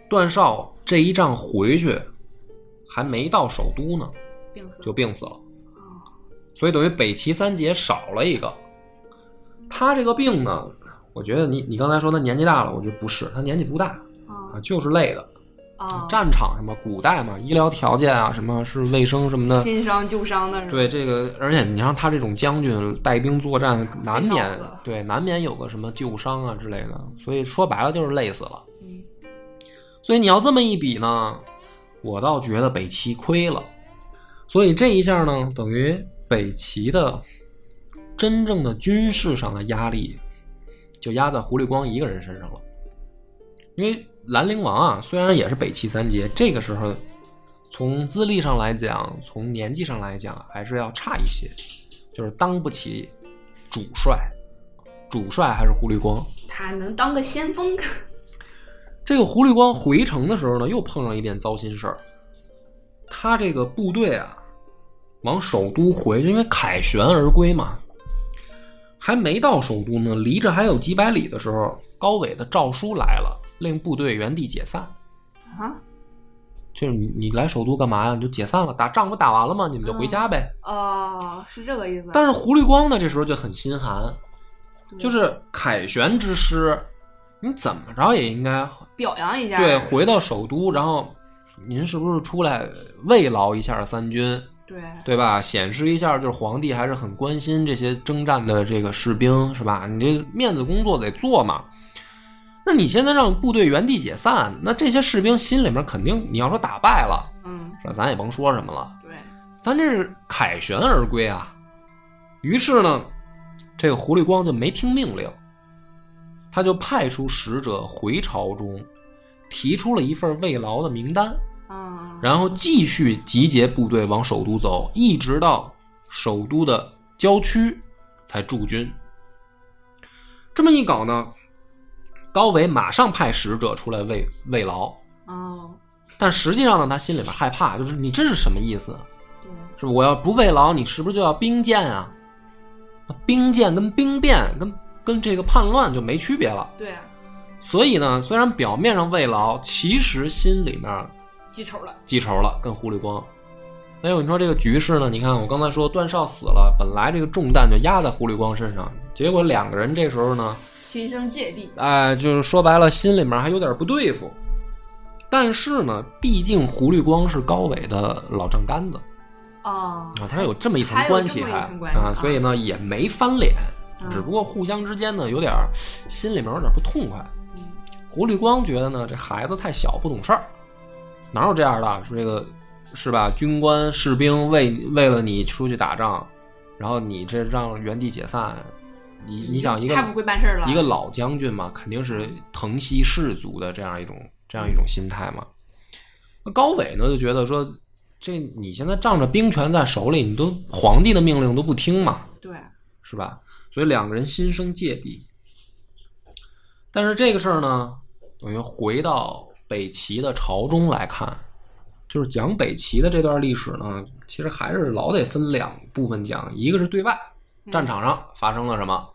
[SPEAKER 1] 段少这一仗回去还没到首都呢，
[SPEAKER 2] 病死。
[SPEAKER 1] 就病死了。
[SPEAKER 2] 哦
[SPEAKER 1] 所以等于北齐三杰少了一个。他这个病呢，我觉得你你刚才说他年纪大了，我觉得不是，他年纪不大啊，
[SPEAKER 2] 哦
[SPEAKER 1] 就是累的。
[SPEAKER 2] 哦，
[SPEAKER 1] 战场什么古代嘛，医疗条件啊，什么是卫生什么的，
[SPEAKER 2] 新伤旧伤的是吧？
[SPEAKER 1] 对这个，而且你让他这种将军带兵作战，难免
[SPEAKER 2] 脑子
[SPEAKER 1] 对难免有个什么旧伤啊之类的，所以说白了就是累死了。
[SPEAKER 2] 嗯，
[SPEAKER 1] 所以你要这么一比呢，我倒觉得北齐亏了。所以这一下呢，等于北齐的真正的军事上的压力，就压在胡绿光一个人身上了。因为兰陵王啊，虽然也是北齐三杰，这个时候从资历上来讲，从年纪上来讲，还是要差一些，就是当不起主帅，主帅还是胡绿光。
[SPEAKER 2] 他能当个先锋。
[SPEAKER 1] 这个胡绿光回城的时候呢，又碰上一件糟心事儿。他这个部队啊，往首都回去，因为凯旋而归嘛，还没到首都呢，离着还有几百里的时候，高纬的诏书来了，令部队原地解散。
[SPEAKER 2] 啊，
[SPEAKER 1] 就是你你来首都干嘛呀？你就解散了，打仗不打完了吗？你们就回家呗。
[SPEAKER 2] 哦，是这个意思。
[SPEAKER 1] 但是胡绿光呢，这时候就很心寒，
[SPEAKER 2] 对
[SPEAKER 1] 就是凯旋之师，你怎么着也应该
[SPEAKER 2] 表扬一下，
[SPEAKER 1] 对，回到首都，然后您是不是出来慰劳一下三军，
[SPEAKER 2] 对，
[SPEAKER 1] 对吧？显示一下就是皇帝还是很关心这些征战的这个士兵，是吧？你这面子工作得做嘛。那你现在让部队原地解散，那这些士兵心里面肯定，你要说打败了，
[SPEAKER 2] 嗯，
[SPEAKER 1] 这咱也甭说什么了，
[SPEAKER 2] 对，
[SPEAKER 1] 咱这是凯旋而归啊。于是呢，这个狐狸光就没听命令，他就派出使者回朝中，提出了一份慰劳的名单，
[SPEAKER 2] 啊，
[SPEAKER 1] 然后继续集结部队往首都走，一直到首都的郊区才驻军。这么一搞呢，高纬马上派使者出来慰慰劳，
[SPEAKER 2] 哦，
[SPEAKER 1] 但实际上呢，他心里边害怕，就是你这是什么意思？啊
[SPEAKER 2] 对，
[SPEAKER 1] 是吧我要不慰劳你，是不是就要兵谏啊？那兵谏跟兵变跟跟这个叛乱就没区别了。
[SPEAKER 2] 对，啊
[SPEAKER 1] 所以呢，虽然表面上慰劳，其实心里面
[SPEAKER 2] 记仇了，
[SPEAKER 1] 记仇了，跟狐狸光。哎呦，你说这个局势呢？你看我刚才说段少死了，本来这个重担就压在胡律光身上，结果两个人这时候呢，
[SPEAKER 2] 心生芥蒂，
[SPEAKER 1] 哎，就是说白了，心里面还有点不对付。但是呢，毕竟胡律光是高伟的老丈杆子
[SPEAKER 2] 哦，
[SPEAKER 1] 啊，他有这么一层
[SPEAKER 2] 还有
[SPEAKER 1] 关系
[SPEAKER 2] 这么
[SPEAKER 1] 还
[SPEAKER 2] 一层关系
[SPEAKER 1] 啊
[SPEAKER 2] 啊，
[SPEAKER 1] 所以呢也没翻脸，
[SPEAKER 2] 嗯
[SPEAKER 1] 只不过互相之间呢有点儿心里面有点不痛快。
[SPEAKER 2] 嗯
[SPEAKER 1] 胡律光觉得呢，这孩子太小不懂事儿，哪有这样的？说这个是吧？军官士兵为为了你出去打仗，然后你这让原地解散，你你想一个
[SPEAKER 2] 太不会办事儿了，嗯
[SPEAKER 1] 一个老将军嘛，肯定是疼惜士卒的这样一种这样一种心态嘛。那高伟呢就觉得说，这你现在仗着兵权在手里，你都皇帝的命令都不听嘛，
[SPEAKER 2] 对，
[SPEAKER 1] 是吧？所以两个人心生芥蒂。但是这个事儿呢，等于回到北齐的朝中来看，就是讲北齐的这段历史呢，其实还是老得分两部分讲，一个是对外
[SPEAKER 2] 嗯
[SPEAKER 1] 战场上发生了什么，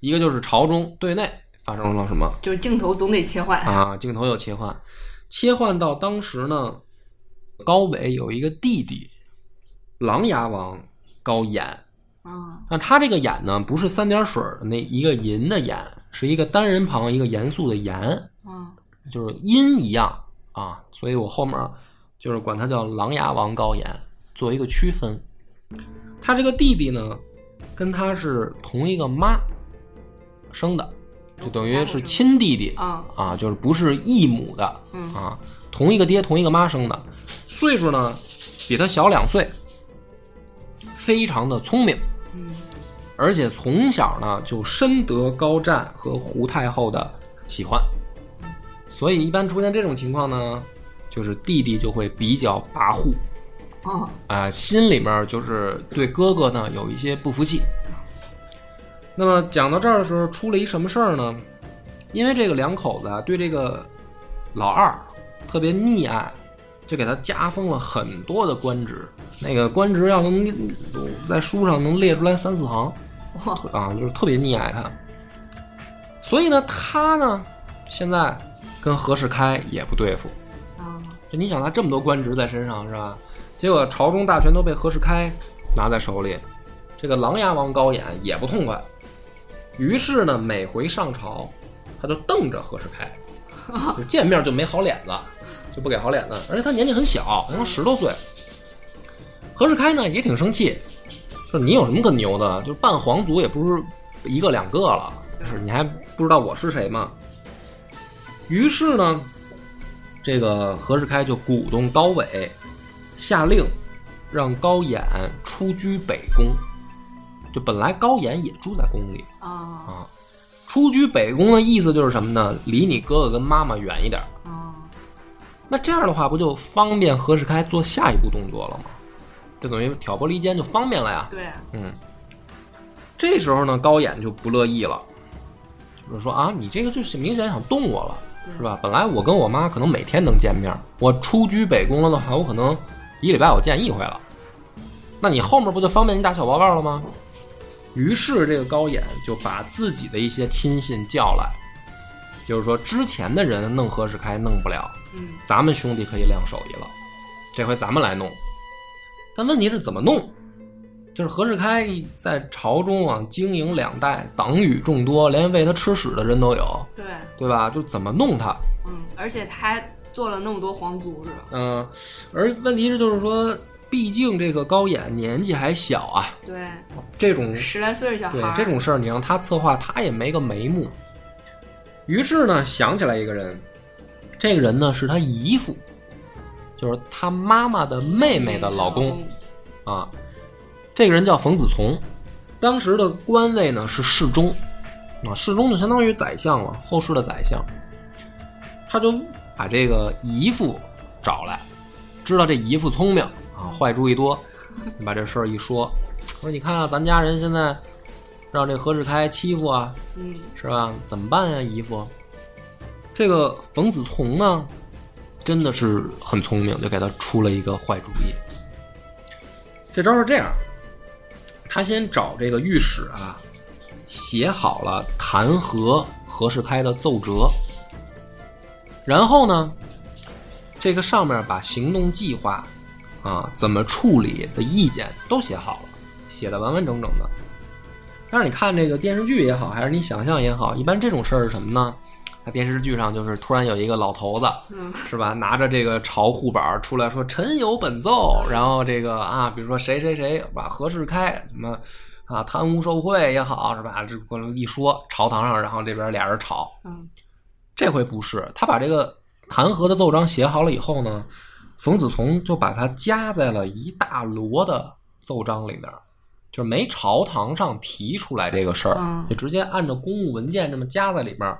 [SPEAKER 1] 一个就是朝中对内发生了什么
[SPEAKER 2] 就是镜头总得切换，
[SPEAKER 1] 啊。镜头有切换，切换到当时呢，高伟有一个弟弟，琅琊王高演，
[SPEAKER 2] 嗯
[SPEAKER 1] 但他这个演呢，不是三点水儿的那一个银的演，是一个单人旁一个严肃的严，
[SPEAKER 2] 嗯
[SPEAKER 1] 就是音一样啊，所以我后面就是管他叫琅琊王高演，做一个区分。他这个弟弟呢，跟他是同一个妈生的，就等于是亲弟弟
[SPEAKER 2] 嗯
[SPEAKER 1] 啊，就是不是异母的
[SPEAKER 2] 嗯
[SPEAKER 1] 啊，同一个爹同一个妈生的，岁数呢比他小两岁，非常的聪明。
[SPEAKER 2] 嗯，
[SPEAKER 1] 而且从小呢就深得高湛和胡太后的喜欢，
[SPEAKER 2] 嗯
[SPEAKER 1] 所以一般出现这种情况呢，就是弟弟就会比较跋扈
[SPEAKER 2] 哦，
[SPEAKER 1] 啊、心里面就是对哥哥呢有一些不服气。那么讲到这儿的时候，出了一什么事儿呢？因为这个两口子啊，对这个老二特别溺爱，就给他加封了很多的官职。那个官职要能我在书上能列出来三四行，
[SPEAKER 2] 哇，
[SPEAKER 1] 啊，就是特别溺爱他。所以呢，他呢现在跟何世开也不对付。
[SPEAKER 2] 啊，
[SPEAKER 1] 就你想，他这么多官职在身上是吧？结果朝中大权都被何世开拿在手里，这个琅琊王高演也不痛快。于是呢，每回上朝，他就瞪着何世开，就见面就没好脸子，就不给好脸子。而且他年纪很小，才十多岁。何世开呢也挺生气，说你有什么可牛的？就办皇族也不是一个两个了，就是你还不知道我是谁吗？于是呢，这个何世开就鼓动高伟，下令让高演出居北宫。就本来高演也住在宫里
[SPEAKER 2] 啊
[SPEAKER 1] 啊，出居北宫的意思就是什么呢？离你哥哥跟妈妈远一点儿。
[SPEAKER 2] 啊，
[SPEAKER 1] 那这样的话，不就方便何世开做下一步动作了吗？就等于挑拨离间就方便了呀。
[SPEAKER 2] 对，啊
[SPEAKER 1] 嗯，这时候呢，高演就不乐意了，就是说啊，你这个就是明显想动我了，是吧？本来我跟我妈可能每天能见面，我出居北宫了的话，我可能一礼拜我见一回了。那你后面不就方便你打小报告了吗？于是这个高演就把自己的一些亲信叫来，就是说之前的人弄何世开弄不了，
[SPEAKER 2] 嗯
[SPEAKER 1] 咱们兄弟可以亮手艺了，这回咱们来弄。但问题是怎么弄？就是何世开在朝中啊经营两代，党羽众多，连喂他吃屎的人都有，
[SPEAKER 2] 对，
[SPEAKER 1] 对吧？就怎么弄他？
[SPEAKER 2] 嗯，而且他还做了那么多皇族是吧？
[SPEAKER 1] 嗯、而问题是就是说，毕竟这个高演年纪还小啊，
[SPEAKER 2] 对，
[SPEAKER 1] 这种
[SPEAKER 2] 十来岁的小孩
[SPEAKER 1] 对
[SPEAKER 2] 儿，
[SPEAKER 1] 这种事儿，你让他策划，他也没个眉目。于是呢，想起来一个人，这个人呢是他姨父，就是他妈妈的妹
[SPEAKER 2] 嗯
[SPEAKER 1] 妹的老公啊。这个人叫冯子从，当时的官位呢是侍中，啊，侍中就相当于宰相了，后世的宰相。他就把这个姨父找来，知道这姨父聪明啊，坏主意多，你把这事儿一说，说你看啊，咱家人现在让这何世开欺负啊，
[SPEAKER 2] 嗯，
[SPEAKER 1] 是吧？怎么办呀，姨父？这个冯子从呢，真的是很聪明，就给他出了一个坏主意。这招是这样，他先找这个御史啊，写好了弹劾何世开的奏折，然后呢，这个上面把行动计划啊，怎么处理的意见都写好了，写的完完整整的。但是你看这个电视剧也好，还是你想象也好，一般这种事儿是什么呢？在电视剧上就是突然有一个老头子，
[SPEAKER 2] 嗯
[SPEAKER 1] 是吧？拿着这个朝护板儿出来说“臣有本奏”，然后这个啊，比如说谁谁谁把何世开什么啊贪污受贿也好，是吧？这过来一说朝堂上，然后这边俩人吵。
[SPEAKER 2] 嗯
[SPEAKER 1] 这回不是，他把这个弹劾的奏章写好了以后呢，冯子从就把它夹在了一大摞的奏章里面，就是没朝堂上提出来这个事儿，
[SPEAKER 2] 嗯
[SPEAKER 1] 就直接按照公务文件这么夹在里面，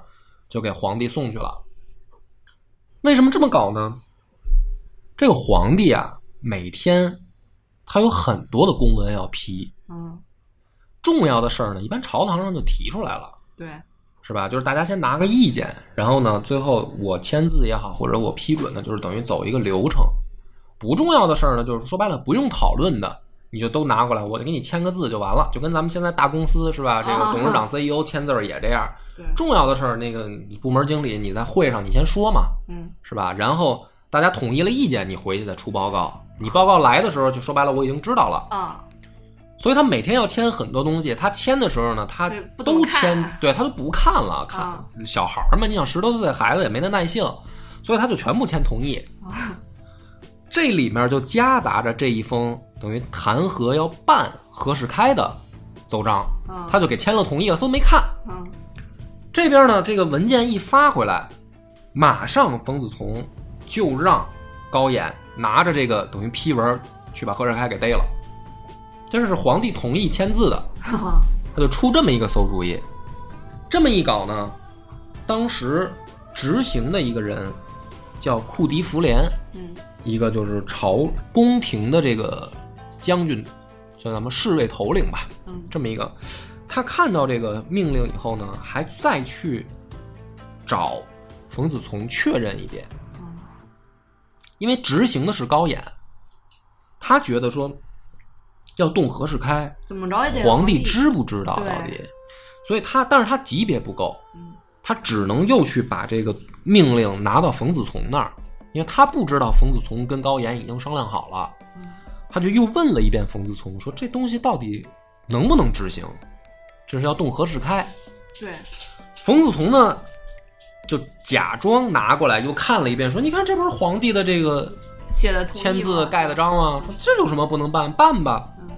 [SPEAKER 1] 就给皇帝送去了。为什么这么搞呢？这个皇帝啊，每天他有很多的公文要批，
[SPEAKER 2] 嗯，
[SPEAKER 1] 重要的事儿呢，一般朝堂上就提出来了。
[SPEAKER 2] 对，
[SPEAKER 1] 是吧？就是大家先拿个意见，然后呢，最后我签字也好，或者我批准呢，就是等于走一个流程。不重要的事儿呢，就是说白了不用讨论的，你就都拿过来，我就给你签个字就完了，就跟咱们现在大公司是吧？这个
[SPEAKER 2] 啊
[SPEAKER 1] 董事长、CEO 签字儿也这样。
[SPEAKER 2] 对，
[SPEAKER 1] 重要的事儿，那个你部门经理你在会上你先说嘛，
[SPEAKER 2] 嗯
[SPEAKER 1] 是吧？然后大家统一了意见，你回去再出报告。你报告来的时候，就说白了我已经知道了。
[SPEAKER 2] 啊，
[SPEAKER 1] 所以他每天要签很多东西，他签的时候呢，他
[SPEAKER 2] 对不懂
[SPEAKER 1] 都签
[SPEAKER 2] 看，
[SPEAKER 1] 对他都不看了，看、
[SPEAKER 2] 啊
[SPEAKER 1] 小孩儿嘛，你想十多岁的孩子也没那耐性，所以他就全部签同意。
[SPEAKER 2] 哦
[SPEAKER 1] 这里面就夹杂着这一封等于弹劾要办何世开的奏章，
[SPEAKER 2] 嗯，
[SPEAKER 1] 他就给签了同意了，他都没看。
[SPEAKER 2] 嗯
[SPEAKER 1] 这边呢，这个文件一发回来，马上冯子从就让高演拿着这个等于批文去把何世开给逮了。这是皇帝同意签字的，
[SPEAKER 2] 哈哈
[SPEAKER 1] 他就出这么一个馊主意。这么一搞呢，当时执行的一个人叫库迪福连，
[SPEAKER 2] 嗯
[SPEAKER 1] 一个就是朝宫廷的这个将军，叫咱们侍卫头领吧，
[SPEAKER 2] 嗯
[SPEAKER 1] 这么一个，他看到这个命令以后呢，还再去找冯子从确认一遍，
[SPEAKER 2] 嗯
[SPEAKER 1] 因为执行的是高演，他觉得说要动何世开，
[SPEAKER 2] 怎么着也得
[SPEAKER 1] 皇帝知不知道
[SPEAKER 2] 对
[SPEAKER 1] 到底，所以他但是他级别不够，
[SPEAKER 2] 嗯
[SPEAKER 1] 他只能又去把这个命令拿到冯子从那儿，因为他不知道冯子从跟高岩已经商量好了，
[SPEAKER 2] 嗯
[SPEAKER 1] 他就又问了一遍冯子从，说这东西到底能不能执行？这是要动何世开。
[SPEAKER 2] 对，
[SPEAKER 1] 冯子从呢，就假装拿过来又看了一遍，说：“你看，这不是皇帝的这个
[SPEAKER 2] 写的同意
[SPEAKER 1] 签字
[SPEAKER 2] 嘛
[SPEAKER 1] 盖的，章吗？说这有什么不能办？办吧。
[SPEAKER 2] 嗯”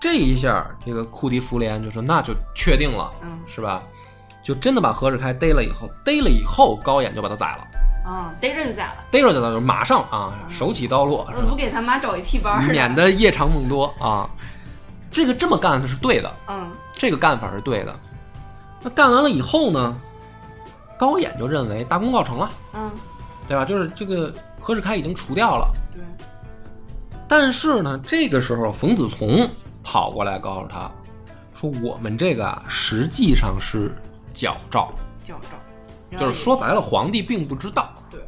[SPEAKER 1] 这一下，这个库迪福连就说：“那就确定了，
[SPEAKER 2] 嗯
[SPEAKER 1] 是吧？”就真的把何世开逮了以后，逮了以后，高演就把他宰了。
[SPEAKER 2] 嗯，逮着就宰了，
[SPEAKER 1] 逮着就逮着，马上啊，手起刀落，
[SPEAKER 2] 那嗯不给他妈找一替班儿啊，
[SPEAKER 1] 免得夜长梦多啊。这个这么干是对的，
[SPEAKER 2] 嗯
[SPEAKER 1] 这个干法是对的。那干完了以后呢，高演就认为大功告成了，
[SPEAKER 2] 嗯
[SPEAKER 1] 对吧？就是这个何世开已经除掉了。
[SPEAKER 2] 对，
[SPEAKER 1] 但是呢，这个时候冯子从跑过来告诉他，说我们这个啊实际上是矫诏，
[SPEAKER 2] 叫着，然后
[SPEAKER 1] 就是说白了，皇帝并不知道。
[SPEAKER 2] 对，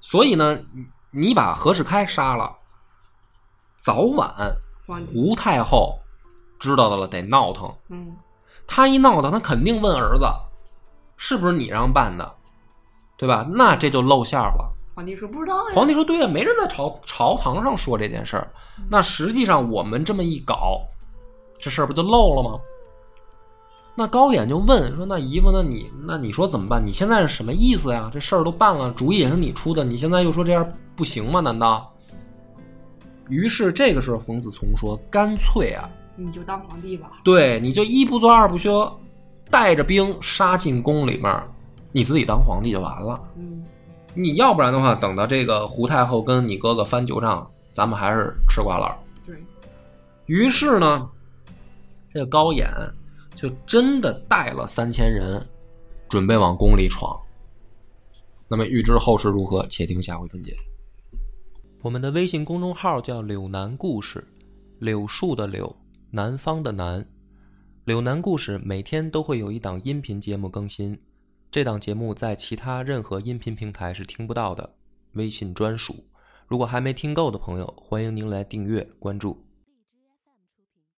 [SPEAKER 1] 所以呢，你你把何世开杀了，早晚
[SPEAKER 2] 皇帝
[SPEAKER 1] 胡太后知道了得闹腾。
[SPEAKER 2] 嗯
[SPEAKER 1] 他一闹腾，他肯定问儿子，是不是你让办的，对吧？那这就露馅儿了。
[SPEAKER 2] 皇帝说不知道呀，
[SPEAKER 1] 皇帝说：“对啊，没人在朝朝堂上说这件事儿。那实际上我们这么一搞，这事儿不就漏了吗？”那高演就问说：“那姨夫，那你那你说怎么办？你现在是什么意思呀？这事儿都办了，主意也是你出的，你现在又说这样不行吗？难道？”于是这个时候，冯子从说：“干脆啊，
[SPEAKER 2] 你就当皇帝吧，
[SPEAKER 1] 对，你就一不做二不休，带着兵杀进宫里面儿，你自己当皇帝就完了。”
[SPEAKER 2] 嗯
[SPEAKER 1] 你要不然的话，等到这个胡太后跟你哥哥翻旧账，咱们还是吃瓜老。
[SPEAKER 2] 对，
[SPEAKER 1] 于是呢，这个高演就真的带了三千人，准备往宫里闯。那么，预知后事如何，且听下回分解。
[SPEAKER 3] 我们的微信公众号叫“柳南故事”，柳树的柳，南方的南。柳南故事每天都会有一档音频节目更新，这档节目在其他任何音频平台是听不到的，微信专属。如果还没听够的朋友，欢迎您来订阅关注。